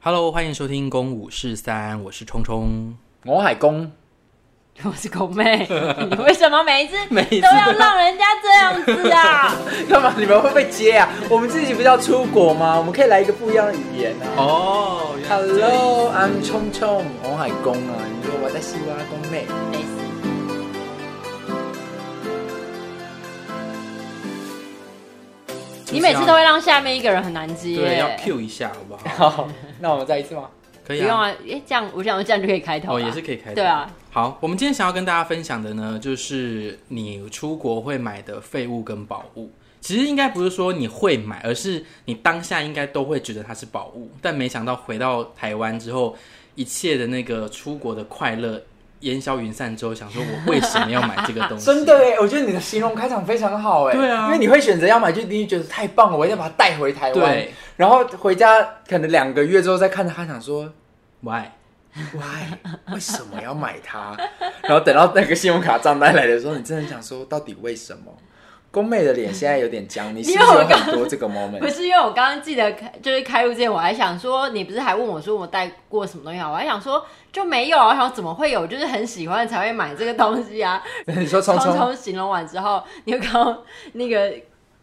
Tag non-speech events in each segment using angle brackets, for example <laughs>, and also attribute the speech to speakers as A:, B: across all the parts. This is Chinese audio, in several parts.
A: Hello，欢迎收听《公五是三》，我是冲冲。
B: 我海 <laughs> 公，
C: <laughs> 我是狗妹，你为什么每一次
B: 每一次
C: 都要让人家这样子啊？
A: <laughs>
B: 干嘛？你们会不会接啊？我们自己不是要出国吗？我们可以来一个不一样的语言啊。
A: 哦、
B: Hello，I'm 冲冲，我海公啊。你说我在西瓜公 <laughs> 妹，
C: 没事你每次都会让下面一个人很难接，
A: 对，要 Q 一下好不好？
B: 好，那我们再一次吗？
A: 可
C: 不
A: 以
C: 用
A: 啊。
C: 啊，哎，这样我想这样就可以开头
A: 哦，
C: 了，
A: 也是可以开头
C: 对啊，
A: 好，我们今天想要跟大家分享的呢，就是你出国会买的废物跟宝物。其实应该不是说你会买，而是你当下应该都会觉得它是宝物，但没想到回到台湾之后，一切的那个出国的快乐烟消云散之后，想说我为什么要买这个
C: <laughs>
A: 东西？
B: 真的哎，我觉得你的形容开场非常好哎。
A: 对啊
B: 因为你会选择要买，就一定觉得太棒了，我一定要把它带回台湾
A: 对。
B: 然后回家可能两个月之后再看着他，想说。
A: ，why？
B: why 为什么要买它？ <laughs> 然后等到那个信用卡账单来的时候，你真的想说，到底为什么？宫妹的脸现在有点僵，你是不是有很多这个
C: 不
B: moment？
C: 是因为我刚刚记得开，就是开录之前，我还想说，你不是还问我说我带过什么东西啊？我还想说就没有啊，我想怎么会有？就是很喜欢才会买这个东
A: <laughs>
C: 西啊。
B: <laughs> 你说
C: 匆
B: 匆匆，
C: 匆形容完之后，你有看到那个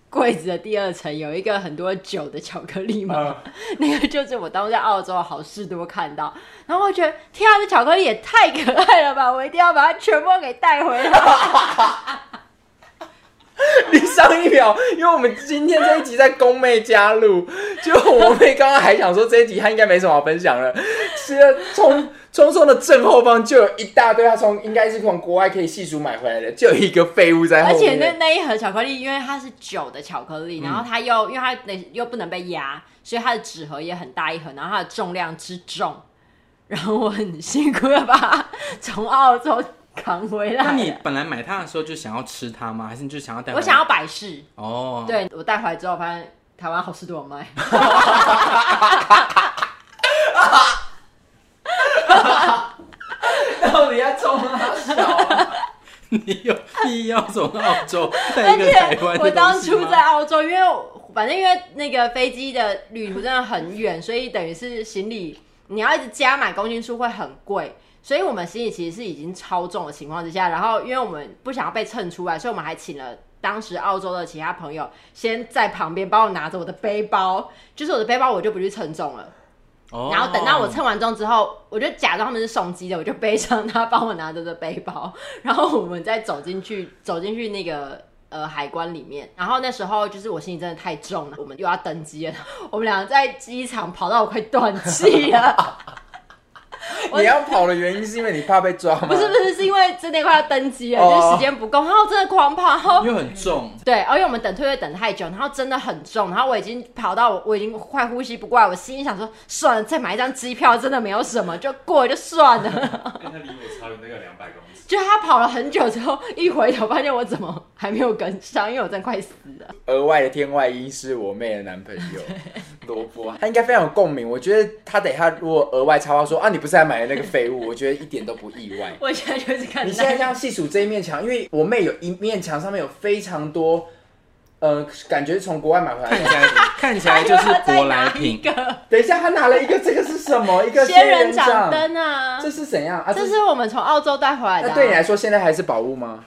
C: 柜子的第二层有一个很多酒的巧克力吗？
B: 嗯
C: <laughs> 那个就是我当时在澳洲好事多看到，然后我觉得天啊，这巧克力也太可爱了吧！我一定要把它全部给带回
A: 哦
C: 来。
B: <laughs> 你上一秒，因为我们今天这一集在宫妹加入，就我妹刚刚还想说这一集她应该没什么好分享了， <laughs> 是匆匆匆的正后方就有一大堆，她从应该是从国外可以细数买回来的，就有一个废物在
C: 而
B: 后
C: 且那
B: 面。
C: 那一盒巧克力，因为它是酒的巧克力，然
A: 嗯
C: 后它又因为它那又不能被压，所以它的纸盒也很大一盒，然后它的重量之重，然后我很辛苦的把它从澳洲扛回来
A: 那
C: 了。
A: 你本来买它的时候就想要吃它吗？还是你就想要带回来？
C: 我想要百事。
A: 哦，，
C: 对我带回来之后，发现台湾好事多有卖，
B: 到底要冲她小？
A: 你有 <laughs> 必要从澳
C: <laughs>
A: 洲带
C: 而
A: 一个台湾
C: 且
A: 的
C: 我当
A: 东西吗
C: 初在澳洲，因为我反正因为那个飞机的旅途真的很远，所以等于是行李你要一直加买公斤数会很贵。所以我们行李其实是已经超重的情况之下，然后因为我们不想要被称出来，所以我们还请了当时澳洲的其他朋友先在旁边帮我拿着我的背包，就是我的背包我就不去称重了。
A: 哦
C: 然后等到我称完重之后，我就假装他们是送机的，我就背上他帮我拿着的背包，然后我们再走进去， <laughs> 走进去那个呃海关里面。然后那时候就是我行李真的太重了，我们又要登机了，我们俩在机场跑到我快断气了，
B: 你要跑的原因是因为你怕被抓吗？
C: 不是不是，是因为真的快要登机了，
B: 哦
C: 就是时间不够，然后我真的狂跑，然后
A: 又很重，
C: 对，而且我们等退位等太久，然后真的很重，然后我已经跑到我我已经快呼吸不过来，我心里想说，算了，再买一张机票真的没有什么，就过就算了。
D: 但他离我超远，那个两百公
C: <laughs>
D: 尺。
C: 就他跑了很久之后，一回头发现我怎么还没有跟上，因为我真的快死了。
B: 额外的天外音是我妹的男朋
C: <laughs>
B: 友萝
C: 啊
B: 卜，他应该非常有共鸣。我觉得他等一下如果额外插话说啊，你不是还买了那个废物，我觉得一点都不意
C: <laughs>
B: 外。
C: 我现在就是看
B: 你现在这样细数这一面墙，因为我妹有一面墙上面有非常多，呃，感觉是从国外买回来
A: 看
B: 的。
C: <laughs>
A: 起来看起来就是舶来品
C: 一。个
B: 等一下，他拿了一个，这个是什么？一个
C: <laughs> 仙人
B: 人
C: 掌，灯啊，
B: 这是怎样啊？
C: 这是我啊们从澳洲带回来的、
B: 那对你来，说现在还是宝物吗？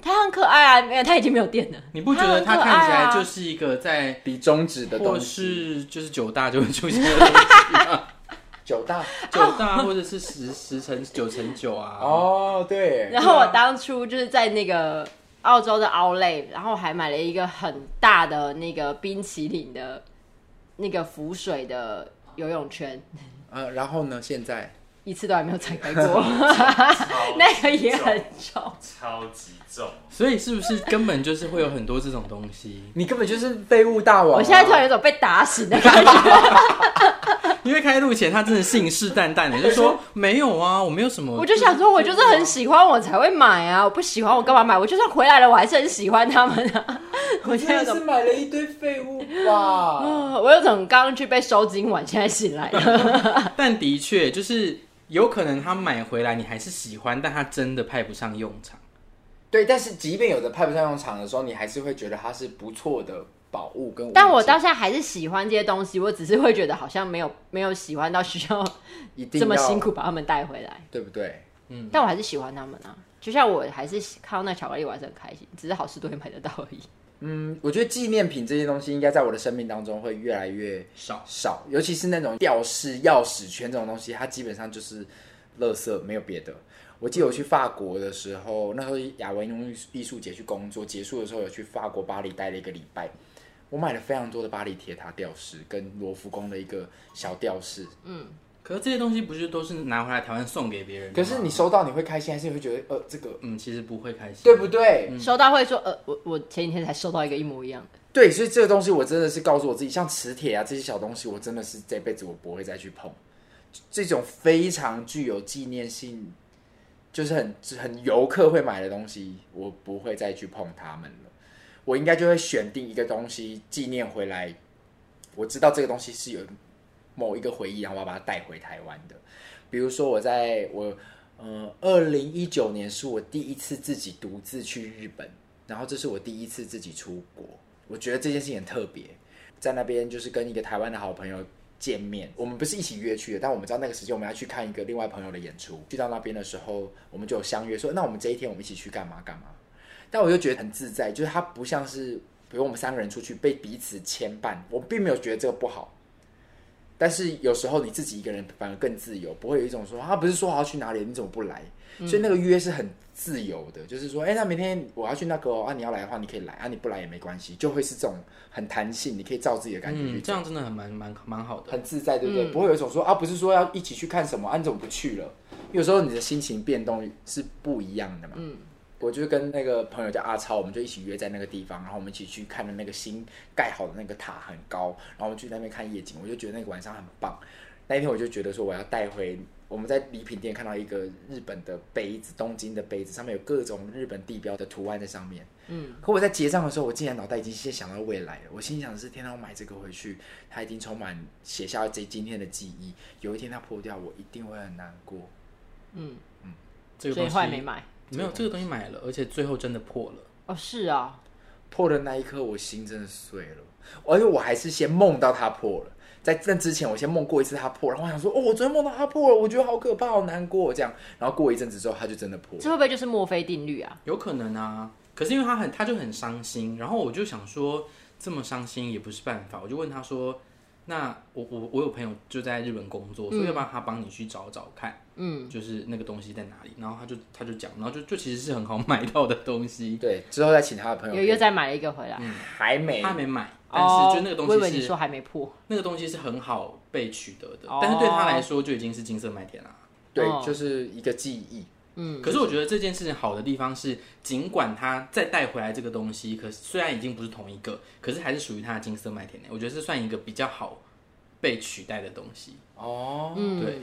C: 它很可爱啊，没有，它已经没有电了。
A: 你不觉得它
C: 它很可
A: 看起
C: 爱
A: 来
C: 啊
A: 就是一个在，
B: 比中指的
A: 或
B: 东西，
A: 是就是九大就会出现的东西啊
B: 九大
A: 九大或者是十十乘九乘九
C: <laughs>
A: 啊？，
B: 哦，对，
C: 然后我当初就是在那个澳洲的 Outlet，然后还买了一个很大的那个冰淇淋的那个浮水的游泳圈，
B: 呃，然后呢？现在
C: 一次都还没有展开
B: <laughs>
C: 过，那个也很
B: 哦
C: 重。
D: 超级重，
A: 所以是不是根本就是会有很多这种东西？ <laughs>
B: 你根本就是废物大王啊、
C: 我现在突然有种被打醒的感觉，
A: 因为开录前他真的信誓旦旦的就
C: <laughs>
A: 说没有啊，我没有什么，
C: 我就想说，我就是很喜欢我才会买啊，我不喜欢我干嘛买？我就算回来了，我还是很喜欢他们啊。 <laughs> 我现在有
B: 真的
C: 种
B: 是，买了一堆废物
C: <laughs>
B: 吧？
C: 呃我有种刚刚去被收金完，现在醒来了。
A: 但的确就是有可能他买回来你还是喜欢，但他真的派不上用场。
B: 对，但是即便有的派不上用场的时候，你还是会觉得它是不错的宝物跟武器。
C: <laughs> 但我到现在还是喜欢这些东西，我只是会觉得好像没有没有喜欢到需要嗯
B: 一定
C: 这么
B: 要
C: 辛，苦把它们带回来。
B: 对不对？
C: 但我还是喜欢它们啊，就像我还是喜看到那巧克力，我还是很开心，只是好事多也买得到而已。
B: 嗯，我觉得纪念品这些东西应该在我的生命当中会越来越
A: 少。
B: 少，尤其是那种吊饰、钥匙圈这种东西，它基本上就是垃圾，没有别的。我记得我去法国的时候，那时候雅文用艺术节去工作，结束的时候有去法国巴黎待了一个礼拜，我买了非常多的巴黎铁塔吊饰跟罗浮宫的一个小吊饰。
A: 可是这些东西不是都是拿回来台湾送给别人的吗？
B: 可是你收到你会开心，还是你会觉得呃这个
A: 嗯，其实不会开心，
B: 对不对？
C: 收到会说，呃，我我前几天才收到一个一模一样的，
B: 对，所以这个东西我真的是告诉我自己，像磁铁啊这些小东西，我真的是这辈子我不会再去碰。这种非常具有纪念性，就是很很游客会买的东西，我不会再去碰它们了。我应该就会选定一个东西纪念回来，我知道这个东西是有某一个回忆，然后我要把它带回台湾的。比如说我在我呃二零一九年是我第一次自己独自去日本，然后这是我第一次自己出国，我觉得这件事情很特别。在那边就是跟一个台湾的好朋友见面，我们不是一起约去的，但我们知道那个时间我们要去看一个另外朋友的演出。去到那边的时候，我们就有相约说，那我们这一天我们一起去干嘛干嘛。但我就觉得很自在，就是它不像是，比如我们三个人出去被彼此牵绊，我并没有觉得这个不好。但是有时候你自己一个人反而更自由，不会有一种说啊，不是说好要去哪里，你怎么不来？所以那个约是很自由的，就是说，哎、那明天我要去那个、哦、啊，你要来的话你可以来啊，你不来也没关系，就会是这种很弹性，你可以照自己的感觉去
A: 嗯，
B: 走
A: 这样真的很蛮蛮蛮好的。
B: 很自在，对不对？
C: 嗯
B: 不会有一种说啊，不是说要一起去看什么，啊，你怎么不去了？有时候你的心情变动是不一样的嘛。
C: 嗯，
B: 我就跟那个朋友叫阿超，我们就一起约在那个地方，然后我们一起去看的那个新盖好的那个塔很高，然后我们去那边看夜景，我就觉得那个晚上很棒。那一天我就觉得说我要带回。我们在礼品店看到一个日本的杯子，东京的杯子，上面有各种日本地标的图案在上面。
C: 嗯，
B: 可我在结账的时候，我竟然脑袋已经先想到未来了。我心想的是：天哪，我买这个回去，它一定充满写下这今天的记忆。有一天它破掉，我一定会很难过。
A: 这个
C: 所
A: 东
C: 以
A: 西
C: 后来没买。
A: 没有这个东西买了，而且最后真的破了。
C: 哦，是啊，
B: 破的那一刻，我心真的碎了，而且我还是先梦到它破了。在那之前，我先梦过一次它破，然后我想说，哦，我昨天梦到它破了，我觉得好可怕，好难过，这样。然后过一阵子之后，它就真的破了
C: 这。会不会就是墨菲定律啊？
A: 有可能啊，可是因为他很，他就很伤心，然后我就想说，这么伤心也不是办法，我就问他说，那我我我有朋友就在日本工作，所以要不然他帮你去找找看，
C: 嗯，
A: 就是那个东西在哪里，然后他就他就讲，然后就就其实是很好买到的东西，
B: 对，之后再请他的朋友。
C: 有又再买了一个回来，
B: 还没
A: 他还没买，但
C: 哎哦，
A: 是就那个东
C: 我以
A: 西
C: 为你
A: 是、
C: 说还没破，
A: 那个东西是很好被取得的，
C: 哦
A: 但是对他来说就已经是金色麦田了。
B: 对
C: 哦，
B: 就是一个记忆。
C: 嗯，
A: 可是我觉得这件事情好的地方是，尽管他再带回来这个东西，可是虽然已经不是同一个，可是还是属于他的金色麦田内。我觉得这算一个比较好被取代的东西。
B: 哦，
C: 嗯，
A: 对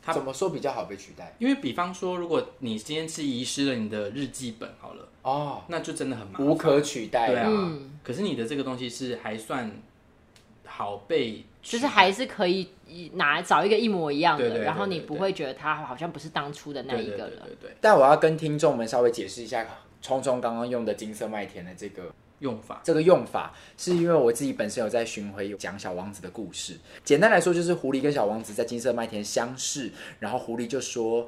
A: 它
B: 怎么说比较好被取代？
A: 因为比方说，如果你今天是遗失了你的日记本，好了，
B: 哦，
A: 那就真的很麻
B: 无
A: 烦。
B: 可取代。
A: 对啊，
C: 嗯
A: 可是你的这个东西是还算好被取
C: 就
A: 代，
C: 是还是可以拿找一个一模一样
A: 对对
C: 的，
A: 对
C: 然后你
A: 对
C: 不
A: 对
C: 会觉得它好像不是当初的那
A: 对
C: 一
A: 对
C: 个
A: 对
C: 了。
A: 对对
B: 但我要跟听众们稍微解释一下，聪聪刚刚用的金色麦田的这个
A: 用法。
B: 这个用法是因为我自己本身有在巡回有讲小王子的故事。简单来说，就是狐狸跟小王子在金色麦田相识，然后狐狸就说：“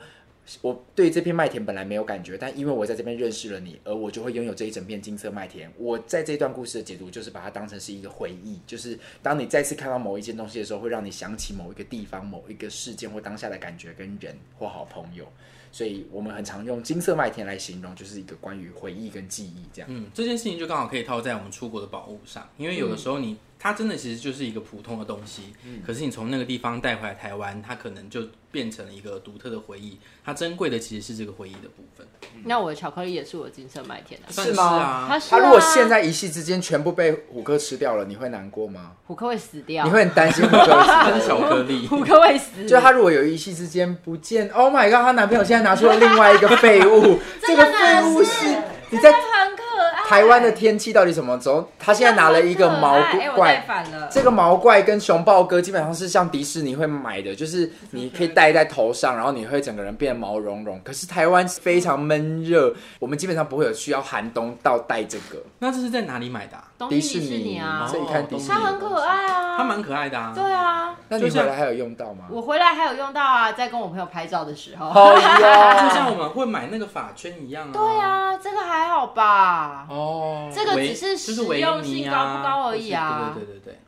B: 我对这片麦田本来没有感觉，但因为我在这边认识了你，而我就会拥有这一整片金色麦田。”我在这段故事的解读就是把它当成是一个回忆，就是当你再次看到某一件东西的时候，会让你想起某一个地方、某一个事件或当下的感觉跟人或好朋友。所以我们很常用金色麦田来形容，就是一个关于回忆跟记忆这样。
A: 嗯，这件事情就刚好可以套在我们出国的宝物上，因为有的时候你、它真的其实就是一个普通的东西，
C: 嗯
A: 可是你从那个地方带回来台湾，它可能就变成了一个独特的回忆，它珍贵的其实是这个回忆的部分，
C: 那我的巧克力也是我的金色麦田的、
A: 算
B: 吗
A: 啊
C: 它，是、
B: 他
C: 啊、
B: 如果现在一夕之间全部被虎哥吃掉了，你会难过吗？
C: <laughs> 虎克会死掉，
B: 你会很担心虎哥会
A: <laughs>
B: 死
A: 它是巧克力，
C: 虎克会死，
B: 就他如果有一夕之间不见，Oh my god，她男朋友现在拿出了另外一个废物，这个废物是你在
C: 很可爱
B: 台湾的天气到底什么走？他现在拿了一个毛
E: 哎，我带
B: 怪，
E: 反了。
B: 这个毛怪跟熊抱哥基本上是像迪士尼会买的，就是你可以戴在头上，然后你会整个人变毛茸茸。可是台湾非常闷热，我们基本上不会有需要寒冬到戴这个。
A: 那这是在哪里买的啊？
C: 东
B: 迪
C: 京迪士尼啊
A: 哦，
B: 所以看迪士尼的
C: 它
B: 东西，
C: 很可爱啊，
A: 它蛮可爱的啊。
C: 对啊，
B: 那你回来还有用到吗？
C: 我回来还有用到啊，在跟我朋友拍照的时候。
A: 哦
B: 好呀，
A: 就像我们会买那个发圈一样啊。
C: 对，啊，这个还好吧？
A: 哦，
C: 这个
A: 维
C: 只是
A: 就是
C: 实
A: 维
C: 用
A: 尼
C: 性
A: 啊
C: 高不高而已啊
A: 或是对对对对对，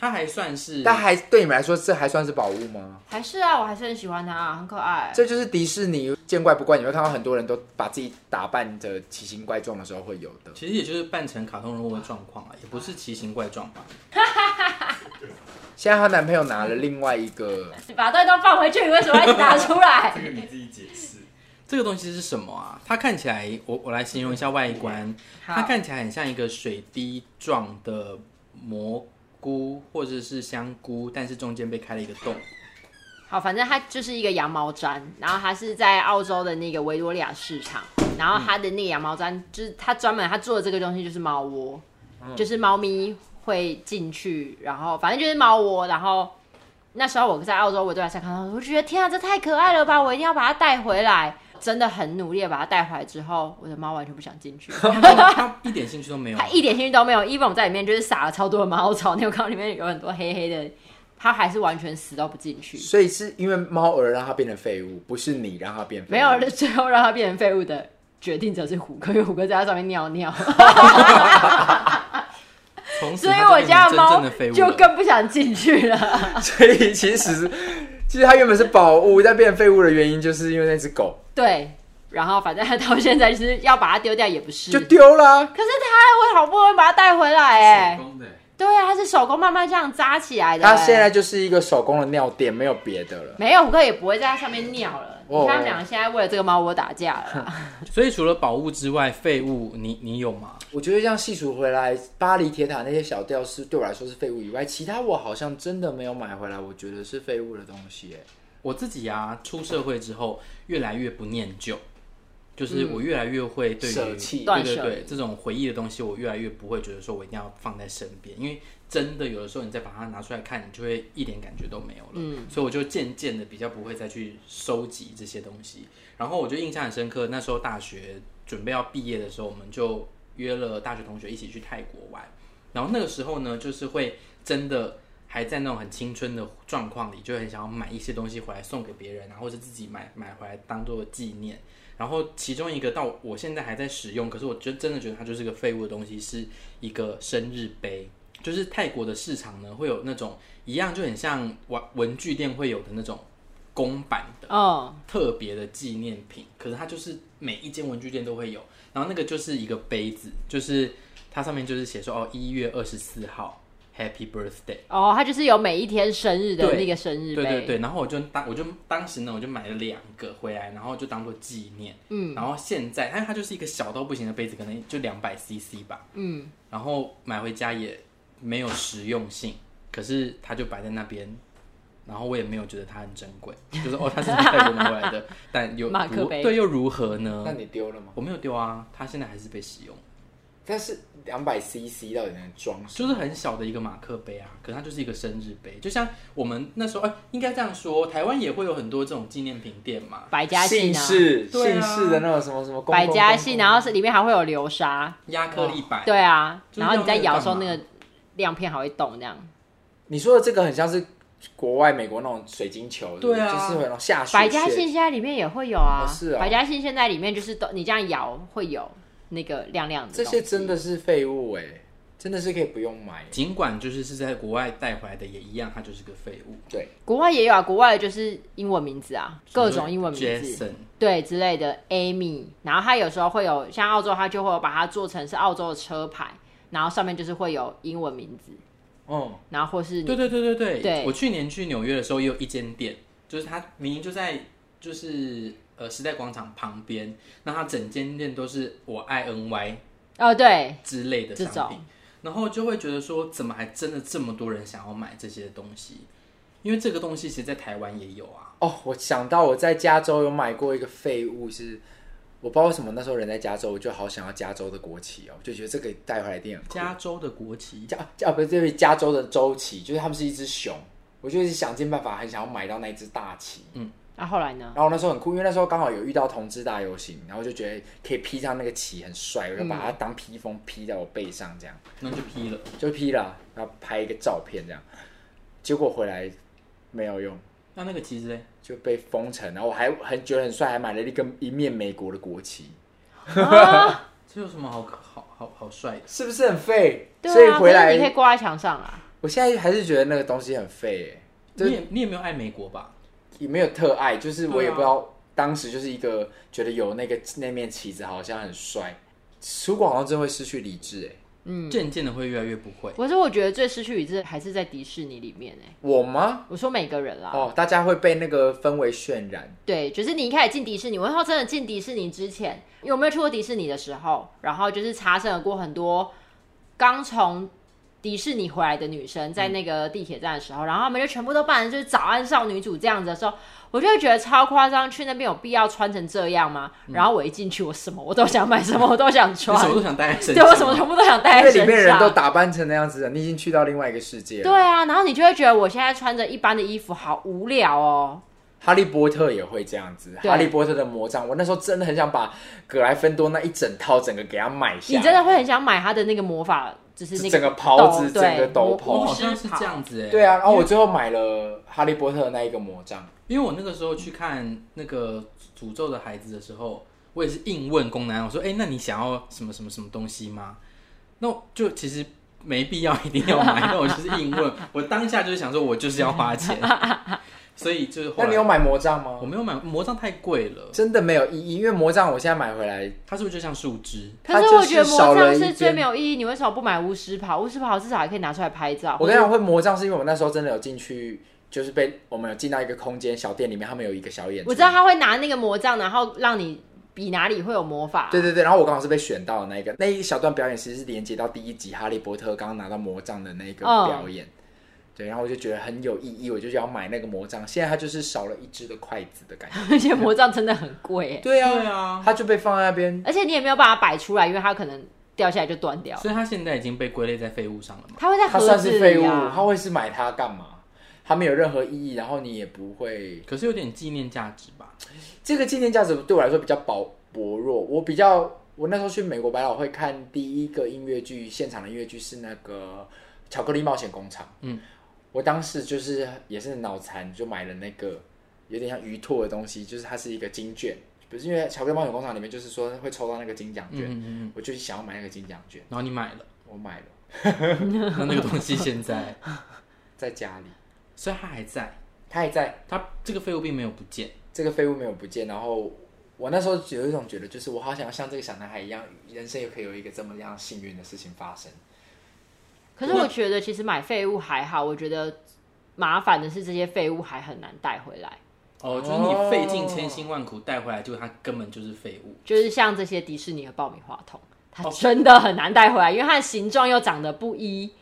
A: 它还算是，
B: 但还对你们来说，这还算是宝物吗？
C: 还是啊，我还是很喜欢它啊，很可爱。
B: 这就是迪士尼见怪不怪，你会看到很多人都把自己打扮的奇形怪状的时候会有的。
A: 其实也就是扮成卡通人物的状况啊，也不是奇形怪状吧。
B: 现在她男朋友拿了另外一个，
C: 你把东西都放回去，你为什么要一直拿出
D: <laughs>
C: 来
D: 这？个你自己解释。
A: 这个东西是什么啊？它看起来，我我来形容一下外观，它看起来很像一个水滴状的蘑菇或者是香菇，但是中间被开了一个洞。
C: 好，反正它就是一个羊毛毡，然后它是在澳洲的那个维多利亚市场，然后它的那个羊毛毡就是它专门它做的这个东西就是猫窝，就是猫咪会进去，然后反正就是猫窝，然后那时候我在澳洲维多利亚市场看到，我就觉得天啊，这太可爱了吧，我一定要把它带回来。真的很努力地把它带回来之后，我的猫完全不想进去，
A: 它一点兴趣都没有。
C: 它一点兴趣都没有。因为我们在里面就是撒了超多的猫草，你有看到里面有很多黑黑的，它还是完全死都不进去。
B: 所以是啊因为猫而让它变成废物，不是你让它变废物。
C: 没
B: <laughs>
C: 有，最后让它变成废物的决定者是虎哥，因为虎哥在它上面尿尿，
A: 从此
C: 所以
A: 它就
C: 我
A: 变
C: 家
A: 成
C: 的
A: 真正
C: 猫
A: 的废物
C: 就
A: 了
C: 更不想进去了。
B: 所以其实其实它原本是宝物，但变成废物的原因就是因为那只狗
C: 对，然后反正它到现在就是要把它丢掉也不是，
B: 就
C: 可是
B: 丢啊啦。
C: 它我好不容易把它带回来哎、
D: 手工的欸，
C: 对啊，它是手工慢慢这样扎起来的、
B: 它现在就是一个手工的尿垫，没有别的了。
C: 没有虎哥也不会在它上面尿了。你
B: 哦
C: 看他们两个现在为了这个猫窝打架了啦，
A: 所以除了宝物之外，废物你你有吗？
B: 我觉得这样细数回来，巴黎铁塔那些小吊饰对我来说是废物以外，其他我好像真的没有买回来，我觉得是废物的东西耶。
A: 我自己啊，出社会之后越来越不念旧，就是我越来越会对于
B: 嗯舍弃
A: 对对
C: 断舍
A: 对这种回忆的东西，我越来越不会觉得说我一定要放在身边，因为真的有的时候你再把它拿出来看，你就会一点感觉都没有了。
C: 嗯
A: 所以我就渐渐的比较不会再去收集这些东西。然后我就印象很深刻，那时候大学准备要毕业的时候，我们就约了大学同学一起去泰国玩。然后那个时候呢，就是会真的还在那种很青春的状况里，就很想要买一些东西回来送给别人啊，或者自己买买回来当做纪念。然后其中一个到我现在还在使用，可是我觉真的觉得它就是个废物的东西，是一个生日杯。就是泰国的市场呢，会有那种一样就很像文文具店会有的那种公版的。
C: 嗯，
A: 特别的纪念品，可是它就是每一间文具店都会有。然后那个就是一个杯子，就是它上面就是写说哦，一月二十四号，Happy Birthday。
C: 哦，它就是有每一天生日的
A: 对
C: 那个生日
A: 对
C: 杯，
A: 对对，然后我就当我就当时呢，我就买了两个回来，然后就当做纪念。嗯，然后现在，但它就是一个小到不行的杯子，可能就两百 CC 吧。
C: 嗯，
A: 然后买回家也没有实用性，可是它就摆在那边，然后我也没有觉得它很珍贵，就是哦，它是从泰国买回来的， <laughs> 但又
C: 马克
A: 如
C: 杯
A: 对又如何呢？
B: 那你丢了吗？
A: 我没有丢啊，它现在还是被使用，
B: 但是两百 CC 到底能装什
A: 就
B: 么？
A: 是很小的一个马克杯啊，可是它就是一个生日杯，就像我们那时候，哎、应该这样说，台湾也会有很多这种纪念品店嘛，
C: 百家
B: 姓
C: 姓啊，
B: 氏、
A: 对
B: 姓
A: 啊
B: 氏的那种什么什么公公
C: 百家
B: 公
C: 姓，
B: 公哎
C: 然后是里面还会有流沙，
A: 亚克力板，
C: 对啊，
A: 就是
C: 然后你在摇的时候，
A: 要那
C: 那
A: 个
C: 个亮片还会动，这样。
B: 你说的这个很像是国外美国那种水晶球，
A: 对啊
B: 就是会有那种下水
C: 百家姓现在里面也会有
B: 哦
C: 啊，
B: 是哦
C: 百家姓现在里面就是都你这样摇会有那个亮亮的
B: 这
C: 东西。
B: 些真的是废物哎、真的是可以不用买。
A: 尽管就是是在国外带回来的，也一样，它就是个废物，
B: 对，
C: 国外也有啊，国外就是英文名字啊，各种英文名字，
A: ，Jason，
C: 对之类的 Amy，然后它有时候会有像澳洲，它就会有把它做成是澳洲的车牌，然后上面就是会有英文名字，
B: 嗯，
C: 然后或是你
A: 对对对对对，
C: 对
A: 我去年去纽约的时候，也有一间店，就是它明明就在就是呃时代广场旁边，那它整间店都是我爱 NY
C: 哦对，
A: 之类的
C: 这
A: 商
C: 种
A: 品，然后就会觉得说，怎么还真的这么多人想要买这些东西？因为这个东西其实，在台湾也有啊。
B: 哦，我想到我在加州有买过一个废物是，我不知道为什么那时候人在加州，我就好想要加州的国旗哦，我就觉得这个带回来一定很酷
A: 加州的国旗，
B: 加加啊不是这边加州的州旗，就是他们是一只熊，我就一直想尽办法，很想要买到那一只大旗。
C: 那、啊后来呢？
B: 然后那时候很酷，因为那时候刚好有遇到同志大游行，然后就觉得可以披上那个旗很帅，我就把它当披风披在我背上，这样
A: 那就批了。
B: 就披了，然后拍一个照片这样。结果回来没有用，
A: 那那个旗子嘞？
B: 就被封城。然后我还很觉得很帅，还买了一个一面美国的国旗，
C: 啊，
A: 这有什么好好好好帅的？
B: 是不是很废？
C: 对啊，
B: 所以回
C: 可是你可以
B: 来，
C: 挂在墙上啊。
B: 我现在还是觉得那个东西很废、欸，就
A: 你也你也没有爱美国吧？
B: 也没有特爱，就是我也
A: 对啊
B: 不知道，当时就是一个觉得有那个那面旗子好像很帅，出国好像真会失去理智哎、
C: 嗯，
A: 渐渐的会越来越不会。
C: 可是我觉得最失去理智还是在迪士尼里面哎、
B: 我吗？
C: 我说每个人啦，
B: 哦，大家会被那个氛围渲染，
C: 对，就是你一开始进迪士尼，我那时候真的进迪士尼之前，有没有去过迪士尼的时候，然后就是擦身而过很多刚从迪士尼回来的女生，
B: 嗯
C: 在那个地铁站的时候，然后她们就全部都扮成就是早安少女组这样子的时候，我就会觉得超夸张，去那边有必要穿成这样吗？
B: 嗯
C: 然后我一进去，我什么我都想买，什么我都想
A: 你
C: 穿，
A: 什么都想待在身
C: 对
A: 上，
C: 我什么全部都想
B: 因
C: 带在
B: 为
C: 身
B: 里
C: 上。
B: 面的人都打扮成那样子的，你已经去到另外一个世界了。
C: 对，啊，然后你就会觉得我现在穿着一般的衣服好无聊哦。
B: 哈利波特也会这样子，
C: 对
B: 哈利波特的魔杖，我那时候真的很想把格莱芬多那一整套整个给他买下
C: 你
B: 来，
C: 真的会很想买他的那个魔法，就是那个
B: 整个袍子
C: 斗
B: 整个
C: 对
B: 斗
C: 魔
B: 篷
A: 我
C: 巫
A: 哦好
C: 师
A: 像是
C: 袍
A: 这样子哎、
B: 对啊，然后我最后买了哈利波特的那一个魔杖，
A: 因为我那个时候去看那个诅咒的孩子的时候，我也是硬问宫南，我说：“哎、那你想要什么什么什么东西吗？”那我就其实没必要一定要 <laughs> 买，那我就是硬问。我当下就是想说，我就是要花 <laughs> 钱，所以就是后
B: 那
A: 来
B: 你有买魔杖吗
A: 我？没有买魔杖太贵了，
B: 真的没有意义，因为魔杖我现在买回来
A: 它是不是就像树枝？
C: 可是我觉
B: 它就
C: 得魔杖
B: 是少了一
C: 是
B: 边
C: 最没有意义，你为什么不买巫师袍？巫师袍至少还可以拿出来拍照。
B: 我跟你讲，会魔杖是因为我那时候真的有进去，就是被我们有进到一个空间小店里面，他们有一个小演出。
C: 我知道他会拿那个魔杖，然后让你比哪里会有魔法。
B: 对对对，然后我刚好是被选到的那一个，那一小段表演其实是连接到第一集《哈利波特》刚刚拿到魔杖的那个
C: 哦
B: 表演。对，然后我就觉得很有意义，我就想要买那个魔杖。现在它就是少了一只的筷子的感觉。
C: 而且魔杖真的很贵耶，
B: <laughs>
A: 对
B: 对啊，
A: 啊，
B: 它就被放在那边。
C: 而且你也没有把它摆出来，因为它可能掉下来就断掉。
A: 所以它现在已经被归类在废物上了嘛。
C: 它会在
B: 它
C: 盒
B: 算
C: 子
B: 是废
C: 里
B: 物，
C: 啊
B: 它。会是买它干嘛？它没有任何意义，然后你也不会
A: 可是有点纪念价值吧？
B: 这个纪念价值对我来说比较薄薄弱。我比较，我那时候去美国百老汇看第一个音乐剧，现场的音乐剧是那个《巧克力冒险工厂》。
A: 嗯，
B: 我当时就是也是脑残，就买了那个有点像鱼拓的东西，就是它是一个金券，不是因为《巧克力冒险工厂》里面就是说会抽到那个金奖
A: 嗯
B: 券，
A: 嗯嗯。
B: 我就想要买那个金奖券，
A: 然后你买了，
B: 我买了，
A: 那那个东西现在，
B: 在家里，
A: 所以它还在，
B: 它还在。
A: 它这个废物并没有不见。
B: 这个废物没有不见，然后我那时候有一种觉得，就是我好想要像这个小男孩一样，人生也可以有一个这么样幸运的事情发生。
C: 可是我觉得其实买废物还好，我觉得麻烦的是这些废物还很难带回来，
A: 哦，就是你费尽千辛万苦带回来，就它根本就是废物。
C: 就是像这些迪士尼的爆米花桶，
A: 哦
C: 它真的很难带回来，因为它的形状又长得不一。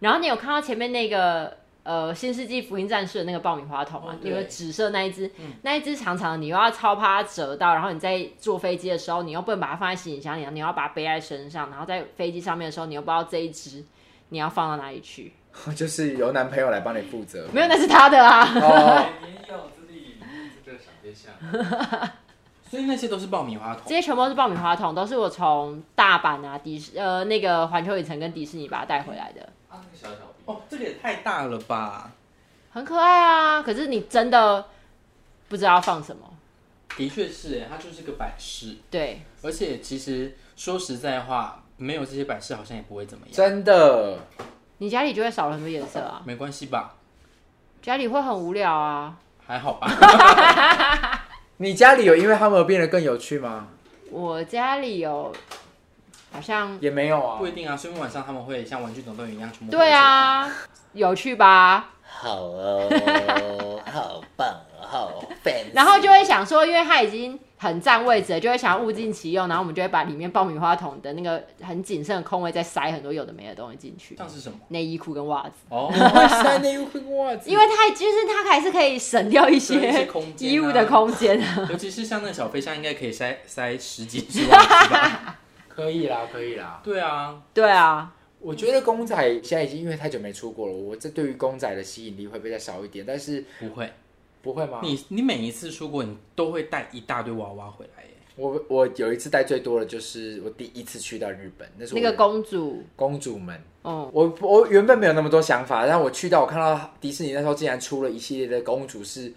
C: 然后你有看到前面那个呃《新世纪福音战士》的那个爆米花桶吗
A: 哦？
C: 有个
A: 对嗯
C: 紫色那一只，那一只长长的，你又要超怕它折到，然后你在坐飞机的时候，你又不能把它放在行李箱里，你要把它背在身上，然后在飞机上面的时候，你又不知道这一只你要放到哪里去，
B: <laughs> 就是由男朋友来帮你负责，
C: 没有，那是他的啊。
B: <laughs> 哦，
D: 也有自己这个小啊对象，
A: 所以那些都是爆米花
C: 这
A: 桶。
C: 些全部都是爆米花桶，都是我从大阪啊、迪士呃那个环球影城跟迪士尼把它带回来的，
D: 啊，那个小小兵，
A: 哦，这个也太大了吧！
C: 很可爱啊。可是你真的不知道放什么，
A: 的确是哎，它就是个摆饰。
C: 对，
A: 而且其实说实在话，没有这些摆饰好像也不会怎么样。
B: 真的，
C: 你家里就会少了很多颜色啊，
A: 没关系吧？
C: 家里会很无聊啊。
A: 还好吧？
B: 你家里有因为他们而变得更有趣吗？
C: 我家里有好像
B: 也没有啊
A: 不，一定啊，说明晚上他们会像玩具总动员一样全部。
C: 对，啊，有趣吧？
E: 好哦，好棒哦，好 fancy
C: 然后就会想说，因为它已经很占位置的，就会想要物尽其用，然后我们就会把里面爆米花桶的那个很谨慎的空位再塞很多有的没的东西进去，
A: 像是什么？
C: 内衣裤跟袜子，
A: 哦，
B: 会塞内裤跟袜子
C: 因为它就是它还是可以省掉一
A: 对一些
C: 些
A: 空间啊
C: 衣物的空间啊。 <laughs>
A: 尤其是像那小飞象，应该可以塞塞十几只袜子吧？
B: 可以啦，可以啦。
A: 对啊，
C: 对啊，
B: 我觉得公仔现在已经因为太久没出国了，我这对于公仔的吸引力会不会再少一点？但是
A: 不会，
B: 不会吗？
A: 你你每一次出国，你都会带一大堆娃娃回来耶。欸
B: 我我有一次带最多的就是我第一次去到日本，那是我
C: 那个
B: 的
C: 公主，
B: 公主们。
C: 嗯，
B: 我我原本没有那么多想法，但我去到我看到迪士尼那时候竟然出了一系列的公主是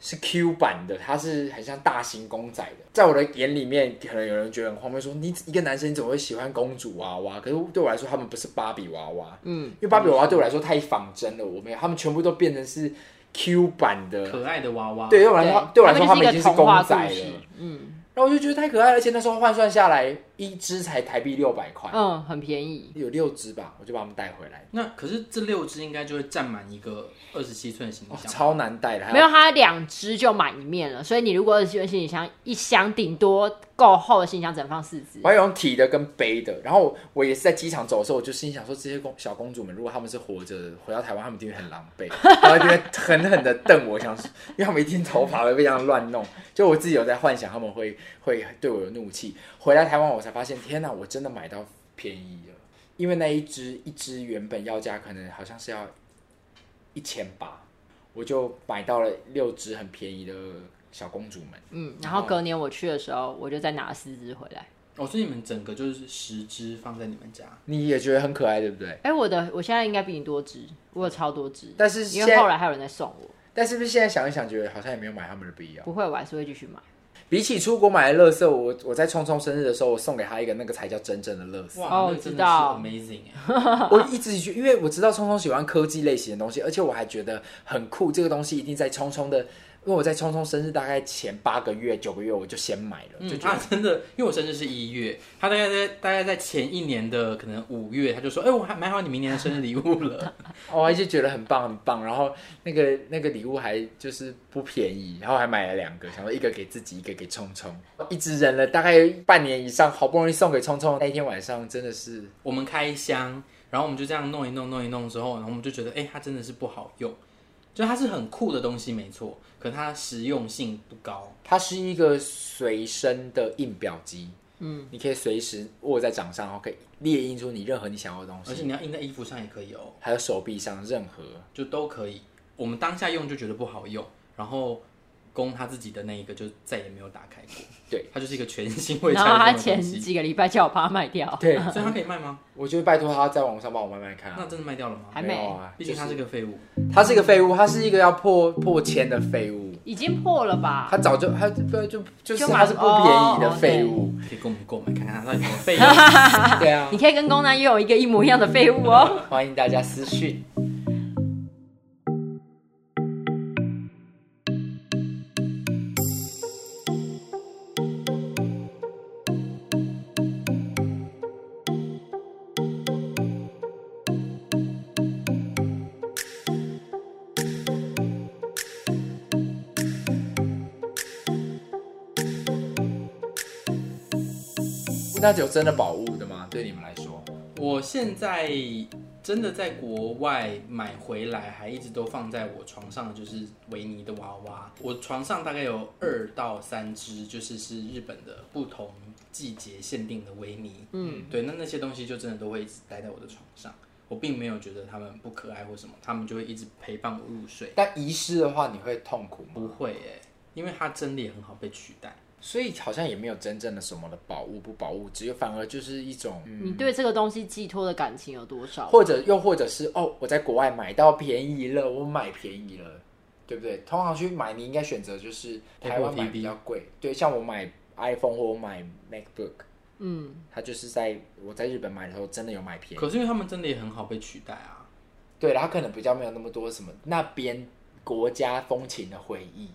B: 是 Q 版的，它是很像大型公仔的。在我的眼里面，可能有人觉得很荒谬，说你一个男生你怎么会喜欢公主娃娃？可是对我来说，他们不是芭比娃娃，
C: 嗯，
B: 因为芭比娃娃对我来说太仿真了，我没有，他们全部都变成是 Q 版的。
A: 可爱的娃娃，
B: 对，对我来说，对我来说，
C: 他
B: 他
C: 们
B: 们
C: 就
B: 已
C: 是
B: 经是
C: 一个童
B: 公
C: 话
B: 仔
C: 故事
B: 了。，
C: 嗯
B: 然后我就觉得太可爱了，而且那时候换算下来，一只才台币六百块，
C: 嗯，很便宜。
B: 有六只吧，我就把它们带回来。
A: 那可是这六只应该就会占满一个二十七寸的行李
B: 哦，
A: 箱。
B: 超难带的，还要
C: 没有，它两只就满一面了，所以你如果二十七元行李箱一箱，顶多够厚的行李箱只能放四只
B: 我。还有用提的跟背的。然后我我也是在机场走的时候，我就心想说，这些公小公主们，如果她们是活着的回到台湾，她们一定会很狼
C: <laughs>
B: 狈，然后就会狠狠的瞪我，想说，因为她们一定头发会被这样乱弄。就我自己有在幻想，她们会会对我有怒气。回来台湾，我才发现，天哪，我真的买到便宜了，因为那一只一只原本要价可能好像是要一千八，我就买到了六只很便宜的小公主们。
C: 嗯，然后隔年我去的时候，我就再拿了四只回来。
A: 哦，所以你们整个就是十只放在你们家，
B: 你也觉得很可爱，对不对？
C: 哎、我的我现在应该比你多只，我有超多只，
B: 但是
C: 因
B: 现
C: 为
B: 在
C: 后来还有人在送我，
B: 但是不是现在想一想，觉得好像也没有买他们的必要。
C: 不会，我还是会继续买。
B: 比起出国买的乐色，我我在聪聪生日的时候，我送给他一个那个才叫真正的乐色。
A: 哇，
C: 哦
A: 那真
C: 知
A: 的是
C: 道
A: amazing 哎。
B: 我一直觉，因为我知道聪聪喜欢科技类型的东西，而且我还觉得很酷，这个东西一定在聪聪的，因为我在聪聪生日大概前八个月、九个月我就先买了，就
A: 嗯，
B: 觉得、
A: 他真的，因为我生日是一月，他大概在大概在前一年的可能五月，他就说，哎、我还买好你明年的生日礼物
C: <laughs>
A: 了。
B: 哦，还是觉得很棒很棒。然后那个那个礼物还就是不便宜，然后还买了两个，想说一个给自己，一个给聪聪，一直忍了大概半年以上，好不容易送给聪聪。那一天晚上真的是
A: 我们开箱，然后我们就这样弄一弄弄一弄之后，然后我们就觉得，哎、它真的是不好用，就它是很酷的东西没错，可它实用性不高。
B: 它是一个随身的印表机，嗯，你可以随时握在掌上，然后可以列印出你任何你想要的东
A: 而且
B: 西，
A: 你要印在衣服上也可以哦，
B: 还有手臂上任何。
A: 就都可以。我们当下用就觉得不好用，然后供他自己的那一个就再也没有打开过。
B: 对，
A: 它就是一个全新未拆
C: 然后他
A: 封的
C: 前
A: 东西，
C: 几个礼拜叫我把它卖掉，
B: 对，
A: 所以它可以卖吗？
B: <laughs> 我就拜托他在网上帮我慢慢看、
A: <laughs> 那
B: 啊。
A: 真的卖掉了吗？
C: 还
B: 没
C: 没
B: 有，啊，
A: 毕竟它是
B: 就是
A: 个废物。
B: 它是一个废物，它是一个要破破千的废物，
C: 已经破了吧
B: 它？早就它就就就是
C: 就买
B: 它是不便宜
A: 哦
B: 的废物，
A: 可以跟我们购买看看它到底有没有废
C: <laughs>
A: 物。
B: 对
A: <laughs>
B: 啊
C: 你，可以跟宫南也有一个一模一样的废物哦。
B: 欢迎大家私讯。那有真的宝物的吗？对你们来说，
A: 我现在真的在国外买回来，还一直都放在我床上的就是维尼的娃娃。我床上大概有二到三只，就是是日本的不同季节限定的维尼。嗯，对，那那些东西就真的都会一直待在我的床上。我并没有觉得它们不可爱或什么，它们就会一直陪伴我入睡。
B: 但遗失的话，你会痛苦吗？
A: 不会诶、因为它真的也很好被取代。
B: 所以好像也没有真正的什么的宝物不宝物，只有反而就是一种，嗯
A: 嗯
C: 你对这个东西寄托的感情有多少？
B: 或者又或者是哦，我在国外买到便宜了，我买便宜了，对不对？通常去买，你应该选择就是台湾
A: Apple
B: 买
A: TV
B: 比较贵，对，像我买 iPhone 或我买 MacBook，
C: 嗯，
B: 它就是在我在日本买的时候真的有买便宜，
A: 可是因为它们真的也很好被取代啊。
B: 对，它可能比较没有那么多什么那边国家风情的回忆，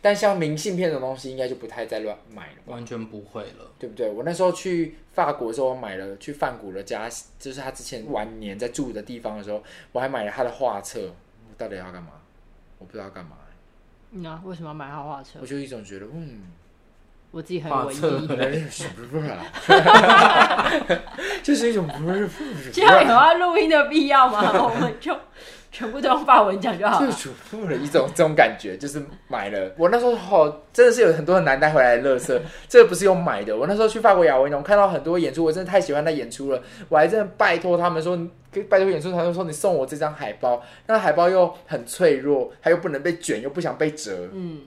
B: 但像明信片这种东西，应该就不太再乱买了吧。
A: 完全不会了。
B: 对不对？我那时候去法国的时候，我买了去范古的家，就是他之前晚年在住的地方的时候，我还买了他的画册。我到底要干嘛？我不知道要干嘛。
C: 那、为什么要买豪华车
B: 我？就一种觉得，嗯， <laughs>
C: 我自己很
A: 画
C: 文
A: 册
C: 艺。
B: 这是一种不是
C: 这样有要录音的必要吗？ <laughs> 我们就全部都用法文讲就好
B: 就
C: 了
B: 是。主妇的一种这种感觉，就是买了。我那时候好真的是有很多很难带回来的垃圾， <laughs> 这个不是用买的。我那时候去法国亚维农看到很多演出，我真的太喜欢那演出了，我还真的拜托他们说，你拜托演出团队说你送我这张海报，那海报又很脆弱，它又不能被卷，又不想被折。
C: 嗯，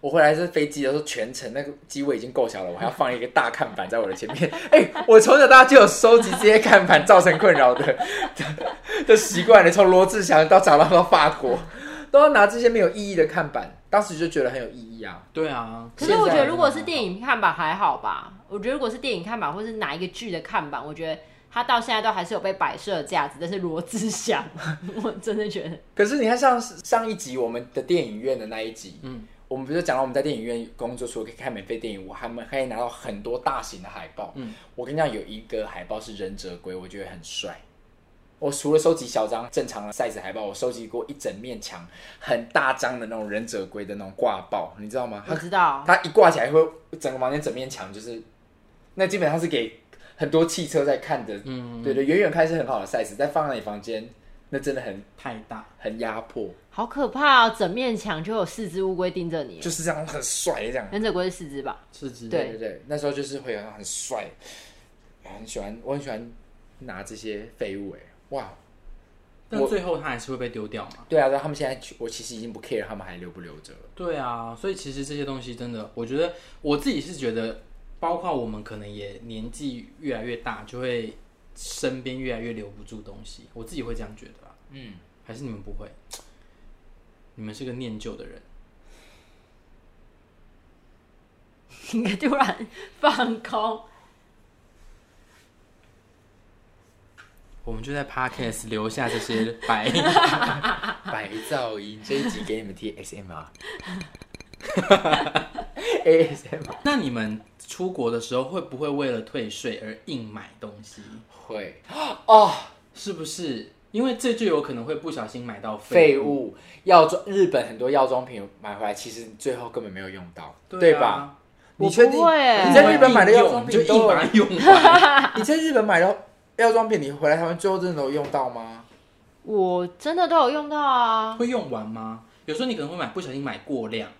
B: 我回来是飞机的时候，全程那个机位已经够小了，我还要放一个大看板在我的前面。 <laughs> 哎、我从小到大就有收集这些看板造成困扰的的的习惯了，从罗志祥到长到到法国，都要拿这些没有意义的看板，当时就觉得很有意义啊。
A: 对啊，
C: 可是我觉
B: 现
C: 得
B: 在
C: 如果是电影看板还好吧，我觉得如果是电影看板或是哪一个剧的看板，我觉得它到现在都还是有被摆设的价值。但是罗志祥， <laughs> 我真的觉得
B: 可是你看上上一集我们的电影院的那一集，
A: 嗯
B: 嗯，我们不是讲到我们在电影院工作，除了可以看免费电影，我还们可以拿到很多大型的海报。
A: 嗯
B: 嗯，我跟你讲，有一个海报是忍者龟，我觉得很帅。我除了收集小张正常的 size 海报，我收集过一整面墙很大张的那种忍者龟的那种挂报，你知道吗？
C: 我
B: 它
C: 知道，
B: 它一挂起来会整个房间整面墙就是，那基本上是给很多汽车在看的。
A: 嗯，
B: 对对，远远看是很好的 size，但放在你房间，那真的很
A: 太大。
B: 很压迫。
C: 好可怕哦！整面墙就有四只乌龟盯着你，
B: 就是这样很帅这样。
C: 忍者龟是四只吧？
A: 是指
C: 对
B: 对对对，那时候就是会有那种很帅，很喜欢，我很喜欢拿这些废物哎、哇！
A: 但
B: 我
A: 最后它还是会被丢掉嘛？
B: 对啊，但他们现在我其实已经不 care 他们还留不留着了。
A: 对啊，所以其实这些东西真的，我觉得我自己是觉得，包括我们可能也年纪越来越大，就会身边越来越留不住东西，我自己会这样觉得啦。
B: 嗯，
A: 还是你们不会？你们是个念旧的人，
C: 应该突然放空，
A: 我们就在 podcast 留下这些 <laughs> 白。
B: 白噪音这一集给你们听 ASMR。ASMR
A: 那你们出国的时候会不会为了退税而硬买东西？
B: 会哦，
A: 是不是？因为这就有可能会不小心买到
B: 废
A: 物。
B: 物药妆，日本很多药妆品买回来，其实最后根本没有用到，
A: 对啊
B: 吧？？
C: 我
B: 你确定？
C: 不会欸
B: 你在日本买的药妆
A: 你
B: 品
A: 就
B: 都
A: 硬
B: 有
A: <laughs> 把它用完。
B: <laughs> 你在日本买的药妆品，你回来台湾最后真的有用到吗？
C: 我真的都有用到啊！
A: 会用完吗？有时候你可能会买不小心买过量，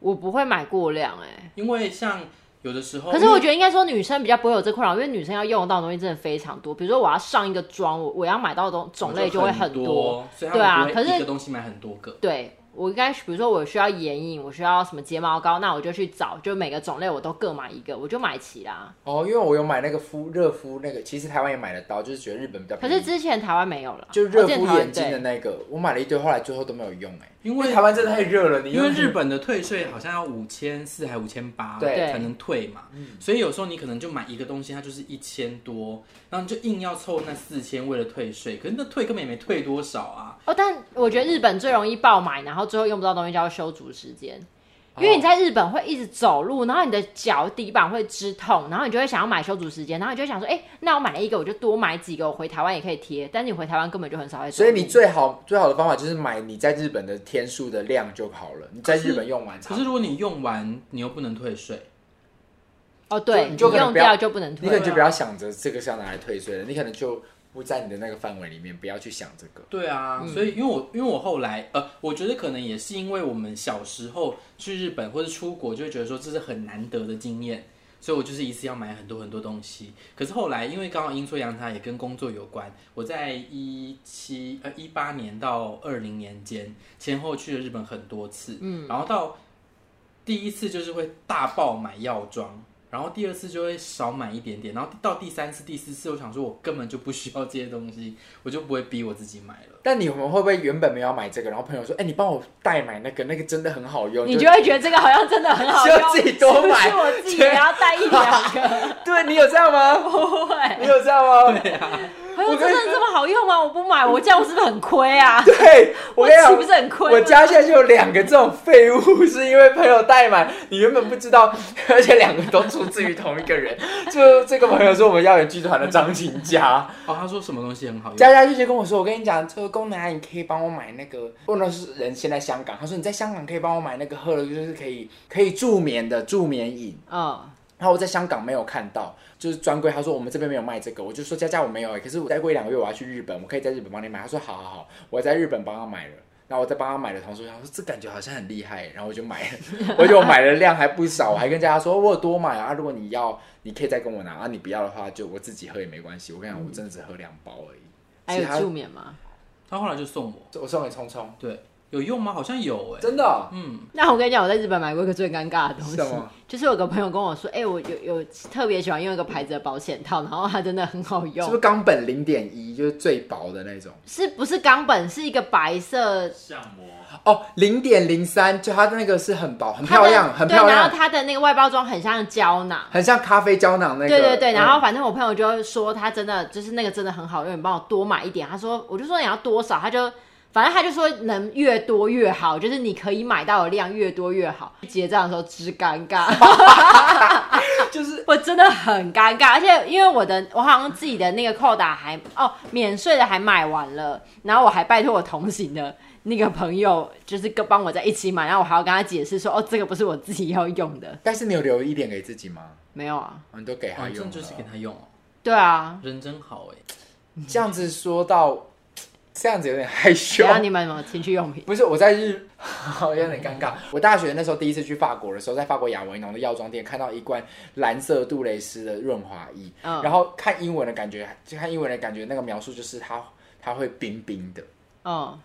C: 我不会买过量哎、
A: 因为像有的时候，
C: 可是我觉
A: 得
C: 得应该说女生比较不会有这困扰，因为女生要用到的东西真的非常多。比如说我要上一个妆，我我要买到的东种类就会
A: 很
C: 多。，
A: 所以
C: 对啊
A: 他们不
C: 可
A: 会
C: 是
A: 一个东西买很多个。
C: 对我应该，比如说我需要眼影，我需要什么睫毛膏，那我就去找，就每个种类我都各买一个，我就买齐啦。
B: 哦，因为我有买那个敷热敷那个，其实台湾也买得到，就是觉得日本比较
C: 可
B: 便宜。
C: 是之前台湾没有了，
B: 嗯就
C: 我
B: 热
C: 之前哦
B: 敷
C: 台湾
B: 眼睛的
C: 对
B: 那个，我买了一堆，后来最后都没有用哎、
A: 因为
B: 台湾真的太热了，你
A: 因为日本的退税好像要五千四还五千八
B: 对
A: 才能退嘛，
B: 嗯
A: 所以有时候你可能就买一个东西，它就是一千多，然后你就硬要凑那四千为了退税，可是那退根本也没退多少啊。
B: 嗯
C: 哦，但我觉得日本最容易爆买，然后最后用不到东西叫修足时间。因为你在日本会一直走路，然后你的脚底板会知痛，然后你就会想要买修足时间，然后你就会想说，哎、那我买了一个，我就多买几个，我回台湾也可以贴。但是你回台湾根本就很少在走
B: 所
C: 路，
B: 以你最好最好的方法就是买你在日本的天数的量就好了，你在日本用完差
A: 可
B: 不
A: 是如
B: 多。
A: 果你用完，你又不能退税，
C: 哦，对，
B: 你就可能
C: 用
B: 不要
C: 掉就不能
B: 你
C: 退
B: 可
C: 了。
B: 能就不要想着这个是要拿来退税了，你可能就不在你的那个范围里面，不要去想这个。
A: 对啊，所以因为我因为我后来呃，我觉得可能也是因为我们小时候去日本或者出国，就会觉得说这是很难得的经验，所以我就是一次要买很多很多东西。可是后来因为刚好阴错阳差也跟工作有关，我在一七呃一八年到二零年间前后去了日本很多次，嗯，然后到第一次就是会大爆买药妆。然后第二次就会少买一点点，然后到第三次、第四次，我想说，我根本就不需要这些东西，我就不会逼我自己买了。
B: 但你们会不会原本没有要买这个，然后朋友说：“哎、你帮我代买那个，那个真的很好用。”
C: 你就会觉得这个好像真的很
B: <laughs>
C: 好
B: 就
C: 用，
B: 自己多买
C: 是不是 <laughs> 我自己也要带一两个，
B: 对你有这样吗？
C: 不会，
B: 你有这样吗？
C: 会可是真的这么好用吗？我不买，我这样我是不是很亏啊？
B: 对， <laughs> 我跟你
C: 岂
B: 讲
C: 不，是很亏？
B: 我家现在就有两个这种废物，是因为朋友代买，你原本不知道，而且两个都出自于同一个人。就这个朋友是我们耀眼剧团的张琴佳，
A: 哦，他说什么东西很好用？
B: 佳佳就直接跟我说：“我跟你讲，这个功能啊，你可以帮我买那个，问的是人现在香港，他说你在香港可以帮我买那个喝了就是可以可以助眠的助眠饮。”
C: 嗯，
B: 然后我在香港没有看到，就是专柜他说我们这边没有卖这个，我就说佳佳我没有、欸，可是我再过一两个月我要去日本，我可以在日本帮你买。他说好好好，我在日本帮他买了。然后我在帮他买的同时，他说这感觉好像很厉害欸，然后我就买了， <laughs> 我就买的量还不少，我还跟佳佳说我有多买啊，如果你要，你可以再跟我拿啊，你不要的话就我自己喝也没关系。我跟你讲，我真的只喝两包而已，
C: 还
B: 其
C: 有
B: 他
C: 助眠吗？
A: 他后来就送我，
B: 我送给聪聪，
A: 对，有用吗？好像有哎、
B: 真的哦、
A: 嗯，
C: 那我跟你讲，我在日本买过一个最尴尬的东
B: 什么
C: 西，就是有个朋友跟我说，哎、我有有特别喜欢用一个牌子的保险套，然后它真的很好
B: 是不是
C: 用，
B: 冈本零点一就是最薄的那种？
C: 是不是冈本是一个白色？
D: 相模，
B: 哦，零点零三，就它那个是很薄，很
C: 它的
B: 漂亮，很漂
C: 对，然
B: 亮
C: 后。它的那个外包装很像胶囊。
B: 很像咖啡胶囊那个。
C: 对对对，
B: 嗯
C: 然后反正我朋友就说他真的就是那个真的很好用，你帮我多买一点。他说，我就说你要多少，他就反正他就说能越多越好，就是你可以买到的量越多越好。结账的时候之尴 <laughs> 尬，
B: 就是
C: 我真的很尴尬，而且因为我的我好像自己的那个扣打还哦免税的还买完了，然后我还拜托我同行的那个朋友就是跟帮我在一起买，然后我还要跟他解释说哦这个不是我自己要用的，
B: 但是你有留一点给自己吗？
C: 没有啊，
B: 哦你都给他
A: 反
B: 用
A: 正
B: 了，
A: 就是给他用、哦，
C: 对啊，
A: 人真好哎、
B: 这样子说到， <laughs> 这样子有点害羞 <laughs>
C: 然。后你们有没有情趣用品？
B: 不是我在日，有点尴尬。我大学那时候第一次去法国的时候，在法国雅维农的药妆店看到一罐蓝色杜蕾斯的润滑液，<laughs>
C: 嗯
B: 然后看英文的感觉，就看英文的感觉，那个描述就是它它会冰冰的。
C: 嗯。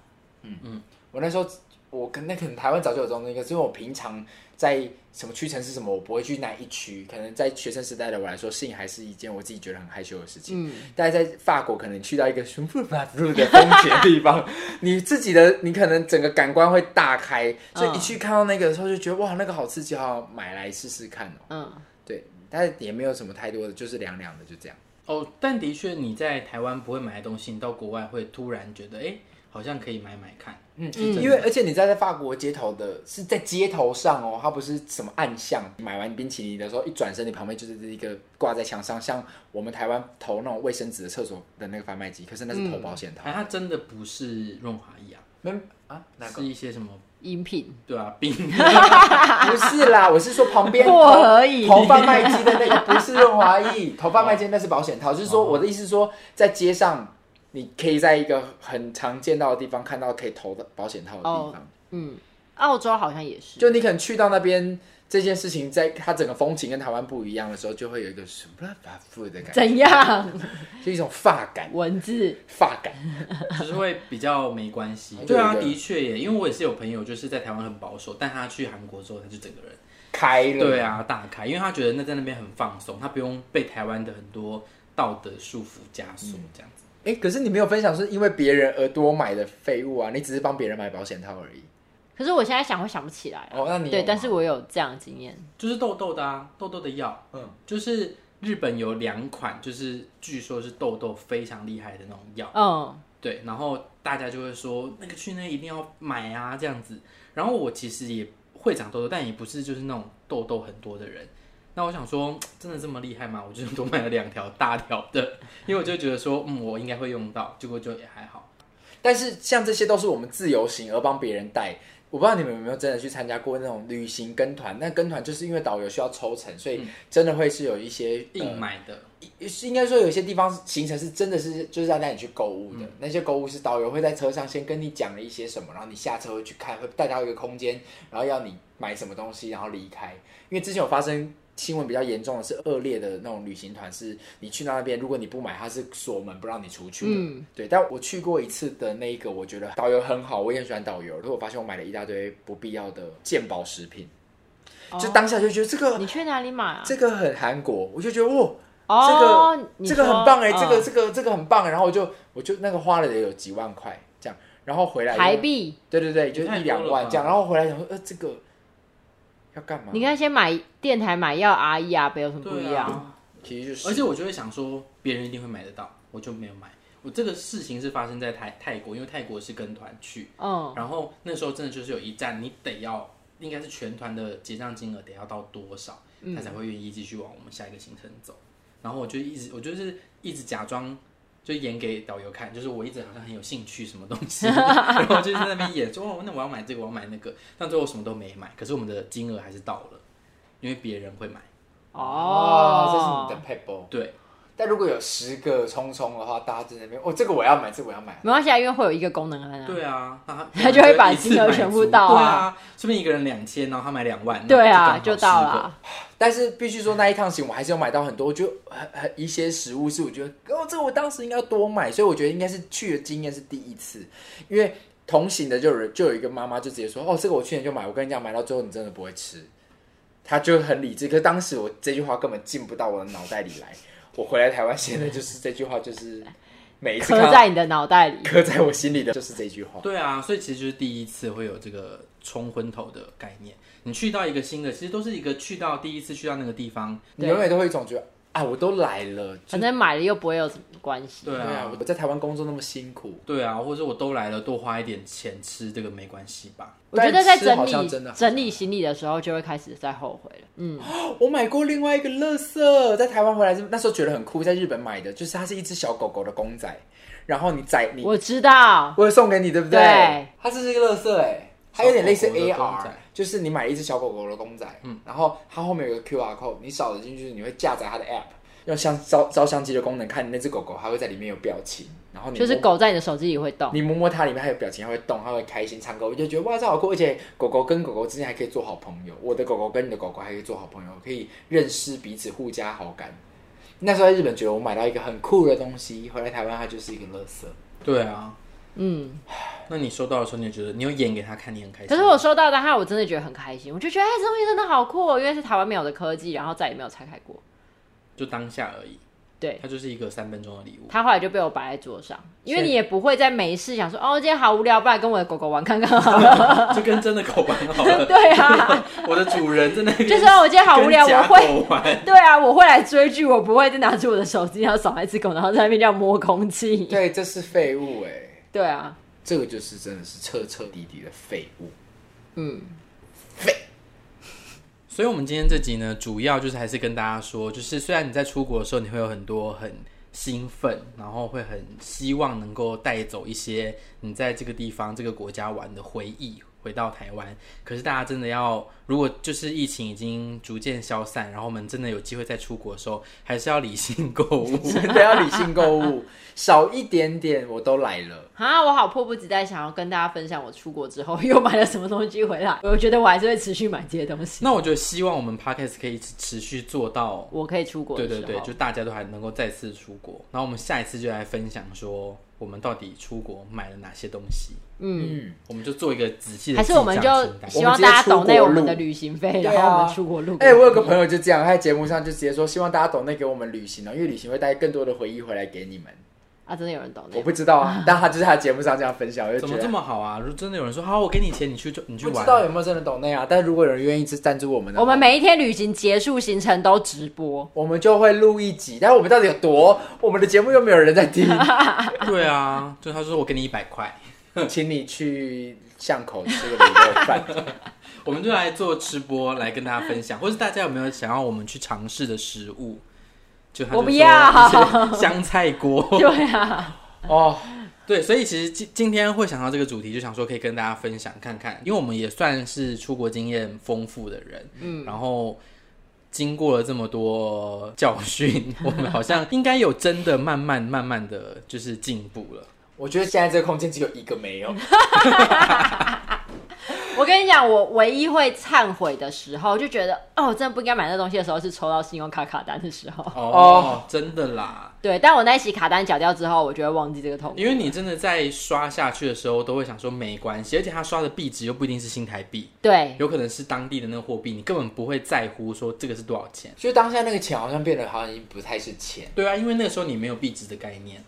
B: 我那时候我可能可能台湾早就有这种东西，可是因为我平常在什么屈臣氏什么，我不会去那一区。可能在学生时代的我来说，性还是一件我自己觉得很害羞的事情。
C: 嗯
B: 但是在法国，可能去到一个舒服巴路的风景的地方，你自己的你可能整个感官会大开，所以一去看到那个的时候就觉得哇，那个好刺激，好买来试试看哦。
C: 嗯，
B: 对，但也没有什么太多的，就是凉凉的就这样。
A: 哦，但的确你在台湾不会买的东西，你到国外会突然觉得，哎、好像可以买买看。
B: 嗯，
C: 嗯
B: 因为而且你在在法国街头的是在街头上哦，它不是什么暗巷。买完冰淇淋的时候，一转身，你旁边就是一个挂在墙上，像我们台湾投那种卫生纸的厕所的那个贩卖机，可是那是投保险套
A: 哎，。它真的不是润滑液啊，
B: 没、啊，哪
A: 是
B: 个？
A: 一些什么？
C: 饮品
A: 对啊，
B: <laughs>
A: 冰
B: 不是啦，我是说旁 <laughs> 边
C: 薄荷饮
B: 投贩卖机的那个不是润滑液，投贩卖机那是保险套。就是说我的意思是说，在街上你可以在一个很常见到的地方看到可以投的保险套的地
C: 哦
B: 方。，
C: 嗯，澳洲好像也是，
B: 就你可能去到那边，这件事情在它整个风情跟台湾不一样的时候，就会有一个什么法富的感觉，
C: <laughs> 怎样
B: 就一种发感，
C: 文字
B: 发感。
A: 就是会比较没关系。
B: 对
A: 对啊，
B: 对
A: 的确耶，因为我也是有朋友就是在台湾很保守，但他去韩国之后，他就整个人
B: 开了。
A: 对，啊大开，因为他觉得那在那边很放松，他不用被台湾的很多道德束缚枷锁这样子。
B: 哎、可是你没有分享是因为别人而多买的废物啊，你只是帮别人买保险套而已。
C: 可是我现在想，我想不起来啊。
B: 哦那你有
C: 对，
B: 吗
C: 但是我有这样的经验，
A: 就是痘痘的啊，痘痘的药，
B: 嗯，
A: 就是日本有两款，就是据说是痘痘非常厉害的那种药。
C: 嗯，
A: 对，然后大家就会说那个去那一定要买啊这样子。然后我其实也会长痘痘，但也不是就是那种痘痘很多的人。那我想说，真的这么厉害吗？我就多买了两条大条的，因为我就觉得说，嗯，我应该会用到，结果就也还好。
B: 但是像这些都是我们自由行而帮别人带。我不知道你们有没有真的去参加过那种旅行跟团，那跟团就是因为导游需要抽成，所
A: 嗯
B: 以真的会是有一些呃
A: 硬买的，
B: 是应该说有些地方行程是真的是就是要带你去购物
C: 嗯
B: 的，那些购物是导游会在车上先跟你讲了一些什么，然后你下车会去看，会带到一个空间，然后要你买什么东西，然后离开。因为之前有发生新闻比较严重的是恶劣的那种旅行团，是你去到那边，如果你不买，它是锁门不让你出去的。
C: 嗯
B: 对，但我去过一次的那一个，我觉得导游很好，我也很喜欢导游，可是我发现我买了一大堆不必要的鉴宝食品，就
C: 哦
B: 当下就觉得这个
C: 你去哪里买啊？
B: 这个很韩国，我就觉得哇。
C: 哦，你
B: 这个很棒哎、
C: 说
B: 这个
C: 嗯
B: 这个这个很棒。欸然后我就我就那个花了得有几万块这样，然后回来
C: 台，币，
B: 对对对，就
A: 也太
B: 一
A: 多了
B: 两万这样。
A: 吧
B: 然后回来想说，呃，这个要干嘛？
C: 你看先买电台买药阿姨啊，不有什么不一
A: 对
C: 样？
A: 啊。
B: 其实就是，
A: 而且我就会想说，别人一定会买得到，我就没有买。我这个事情是发生在泰泰国，因为泰国是跟团去，
C: 嗯，
A: 然后那时候真的就是有一站，你得要应该是全团的结账金额得要到多少，
C: 嗯
A: 他才会愿意继续往我们下一个行程走。然后我就一直，我就是一直假装就演给导游看，就是我一直好像很有兴趣什么东西， <laughs> 然后就在那边演说哦，那我要买这个，我要买那个，但最后什么都没买，可是我们的金额还是到了，因为别人会买。
B: 哦，
C: 哦，
B: 这是你的 p e b b l
A: 对，
B: 但如果有十个冲冲的话，大家在那边，哦，这个我要买，这个我要买，
C: 没关系啊，因为会有一个功能在那。
A: 对啊，那他
C: 他就会把
A: 一次
C: 金额
A: 买
C: 全部
A: 足
C: 到啊
A: 对啊，顺便一个人两千，然后他买两万，那
C: 对啊，
A: 就
C: 就
A: 刚好
C: 到
A: 10个
C: 了。
B: 但是必须说那一趟行，我还是有买到很多。我觉得呃很很一些食物是我觉得哦，这个我当时应该要多买，所以我觉得应该是去的经验是第一次，因为同行的就有人就有一个妈妈就直接说哦，这个我去年就买，我跟你讲，买到最后你真的不会吃。她就很理智，可是当时我这句话根本进不到我的脑袋里来。我回来台湾现在就是这句话，就是每一次
C: 刻
B: 看到
C: 在你的脑袋里。
B: 刻在我心里的就是这句话。
A: 对啊，所以其实就是第一次会有这个冲昏头的概念。你去到一个新的，其实都是一个去到第一次去到那个地方，
B: 你
C: 对
B: 永远都会有一种觉得啊，我都来了，就
C: 反正买了又不会有什么关系。
A: 对
B: 对啊
A: 啊，，
B: 我在台湾工作那么辛苦，
A: 对啊，或者是我都来了，多花一点钱吃这个没关系吧？
C: 我觉得在
B: 但吃
C: 整
B: 好像
C: 理
B: 真的好
C: 整理行李的时候，就会开始在后悔了。嗯，
B: 我买过另外一个乐色，在台湾回来是那时候觉得很酷，在日本买的，就是它是一只小狗狗的公仔，然后你仔你
C: 我知道，
B: 我有送给你，对不
C: 对
B: 它是这个乐色哎，它有点类似
A: 小狗狗的公
B: AR，
A: 仔
B: 就是你买一只小狗狗的公仔，嗯，然后它后面有个 QR code，你扫了进去，你会下载它的 app，用相照照相机的功能看你那只狗狗，它会在里面有表情，然后你
C: 就是
B: 摸
C: 狗在你的手机里会动。
B: 你摸摸它，里面还有表情，它会动，它会开心唱歌，我就觉得哇，这好酷！而且狗狗跟狗狗之间还可以做好朋友，我的狗狗跟你的狗狗还可以做好朋友，可以认识彼此，互加好感。那时候在日本觉得我买到一个很酷的东西，回来台湾它就是一个垃圾。
A: 对啊，
C: 嗯，
A: 那你收到的时候，你就觉得你有演给他看，你很开心。
C: 可是我收到的话，我真的觉得很开心，我就觉得哎，这东西真的好酷、哦，因为是台湾没有的科技，然后再也没有拆开过。
A: 就当下而已，
C: 对，
A: 它就是一个三分钟的礼
C: <laughs>
A: 物。
C: 它后来就被我摆在桌上，因为
A: 所以
C: 你也不会再没事想说哦，今天好无聊，不然跟我的狗狗玩看看
B: <laughs>
C: 好了。
A: 就跟真的狗玩好了。
C: 对啊，
A: 我的主人在那边
C: <laughs> 就是我今天好无聊，
A: 跟
C: 我
A: 假
C: 会
A: 狗玩。
C: 对啊，我会来追剧，我不会再拿出我的手机，然后扫一只狗，然后在那边这样摸空气。
B: 对，这是废物哎、
C: 对啊，
B: 这个就是真的是彻彻底底的废物。
C: 嗯，
A: 所以，我们今天这集呢，主要就是还是跟大家说，就是虽然你在出国的时候，你会有很多很兴奋，然后会很希望能够带走一些你在这个地方、这个国家玩的回忆，回到台湾。可是，大家真的要，如果就是疫情已经逐渐消散，然后我们真的有机会再出国的时候，还是要理性购物。
B: 真的要理性购物，少一点点我都来了。
C: 啊，我好迫不及待想要跟大家分享我出国之后 <laughs> 又买了什么东西回来。我觉得我还是会持续买这些东
A: <laughs>
C: 西。
A: 那我觉得，希望我们 podcast 可以一直持续做到
C: 我可以出国的
A: 对
C: 时候，
A: 对对，就大家都还能够再次出国，然后我们下一次就来分享说我们到底出国买了哪些东西，
C: 嗯，
B: 嗯，
A: 我们就做一个仔细的
C: 还是我们
A: 记
C: 就
A: 账清单
C: 希望大家懂内我们的旅行费，
B: 对啊
C: 然后我们出国录。
B: 哎、我有个朋友就这样，他在节目上就直接说，希望大家懂得给我们旅行哦，因为旅行会带更多的回忆回来给你们。
C: 啊，真的有人懂内
B: 我不知道啊，
C: <laughs>
B: 但他就是他节目上这样分享，我就
A: 怎
B: 觉
A: 么
B: 得
A: 这么好啊？如果真的有人说好，我给你钱，你去就你去
B: 不知
A: 玩，啊
B: 道有没有真的懂那样，但如果有人愿意是赞助我们的话，
C: 我们每一天旅行结束行程都直播，
B: 我们就会录一集，但我们到底有多？我们的节目又没有人在听， <laughs>
A: 对
C: <laughs>
A: 啊，就他说我给你一百块，
B: 请你去巷口吃个卤肉
C: <laughs>
B: 饭。
A: 我们就来做吃播来跟大家分享，或是大家有没有想要我们去尝试的食物？就他就
C: 我不
A: 说
C: 要
A: 一些香菜锅，
C: 对啊，
B: 哦，
A: 对，所以其实今今天会想到这个主题，就想说可以跟大家分享看看，因为我们也算是出国经验丰富的人，嗯，然后经过了这么多教训，我们好像应该有真的慢慢慢慢的就是进步了。
B: 我觉得现在这个空间只有一个没有，
C: 我跟你讲，我唯一会忏悔的时候，就觉得哦，真的不应该买那东西的时候，是抽到信用卡卡单的时候。
A: 哦，真的啦，
C: <laughs> 对，但我那一期卡单缴掉之后，我就会忘记这个痛苦。
A: 因为你真的在刷下去的时候，都会想说没关系，而且他刷的币值又不一定是新台币，
C: 对，
A: 有可能是当地的那个货币，你根本不会在乎说这个是多少钱。
B: 就当下那个钱好像变得好像已经不太是钱，
A: 对啊，因为那个时候你没有币值的概念。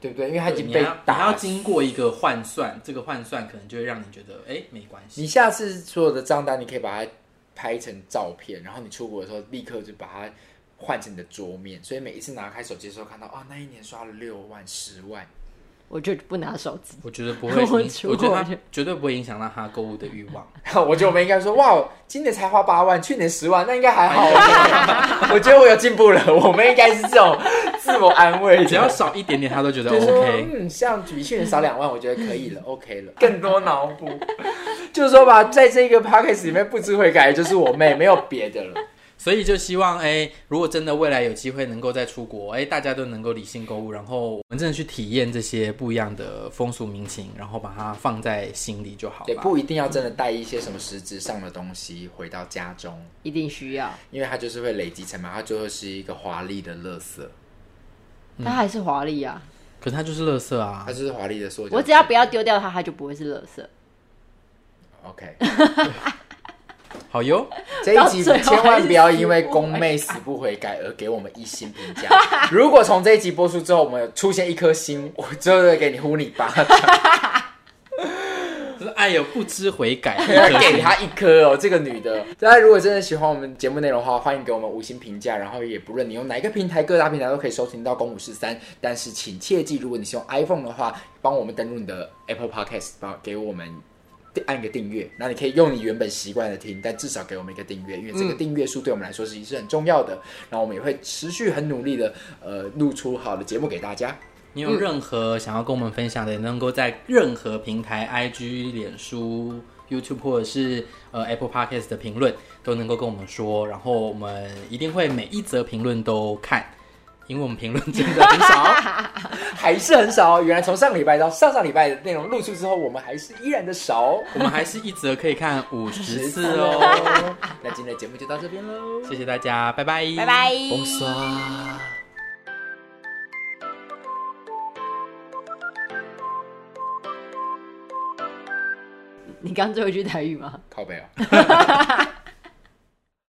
B: 对不对？因为它已
A: 对
B: 经
A: 你
B: 被
A: 还要你还
B: 打
A: 要经过一个换算，这个换算可能就会让你觉得，哎、没关
B: 你
A: <laughs> 系。
B: 下次所有的账单，你可以把它拍成照片，然后你出国的时候立刻就把它换成你的桌面，所以每一次拿开手机的时候看到啊，那一年刷了六万、十万， <laughs>
C: 我就不拿手机。
A: 我觉得不
C: 我
A: 会影，
C: 出
A: 我觉得
C: 国
A: 他
C: 去
A: 绝对不会影响到他购物的欲望。
B: 我觉得我们应该说哇，今年才花八万，去年十万，那应该还好。 <laughs> 我觉得我有进步了，我们应该是这种自我安慰的，
A: 只 <laughs> 要少一点点，他都觉 <laughs> 得哦
B: 就说
A: OK。
B: 嗯，像比去年少两万，我觉得可 <laughs> 以了，OK 了，更多脑补。 <laughs> 就是说吧，在这个 p o c k e t 里面不知悔改的就是我妹，没有别的了。
A: 所以就希望，哎、如果真的未来有机会能够再出国，哎、大家都能够理性购物，然后我们真的去体验这些不一样的风俗民情，然后把它放在心里就好
B: 对，
A: 了。
B: 不一定要真的带一些什么实质上的东西回到家中，
C: 一定需要，
B: 因为它就是会累积成嘛，它最后是一个华丽的垃圾，
C: 它还是华丽啊！
A: 可是它就是垃圾啊
B: 它！就是华丽的塑胶。
C: 我只要不要丢掉它，它就不会是垃圾。 <laughs>
B: OK，
A: 好 <laughs> 哟，
B: 这一集
C: 到最后
B: 千万不要
C: 还是
B: 因为宫妹死不悔改而给我们一星评价。如果从这一集播出之后，我们有出现一颗星，我就会给你呼你巴掌，
A: 就是爱有哎不知悔改， <laughs>
B: 给她一颗哦。这个女的，大家如果真的喜欢我们节目内容的话，欢迎给我们五星评价。然后也不论你用哪一个平台，各大平台都可以收听到《公五十三》，但是请切记，如果你是用 iPhone 的话，帮我们登录你的 Apple Podcast，帮给我们。按个订阅，那你可以用你原本习惯的听，但至少给我们一个订阅，因为这个订阅数对我们来说是是很重要的。然后我们也会持续很努力的，呃，录出好的节目给大家。
A: 你有任何想要跟我们分享的，也能够在任何平台，IG、脸书、YouTube 或者是呃 Apple Podcast 的评论，都能够跟我们说，然后我们一定会每一则评论都看，因为我们评论真的很 <laughs> 少。
B: <laughs> 还是很少哦。原来从上个礼拜到上上礼拜的内容露出之后，我们还是依然的少。
A: 我们还是一则可以看五十次哦。，
B: <laughs> 那今天的节目就到这边喽，
A: 谢谢大家，拜拜，
C: 拜拜。
B: 崩刷。
C: 你刚最后一句台语吗？
B: 靠背哦。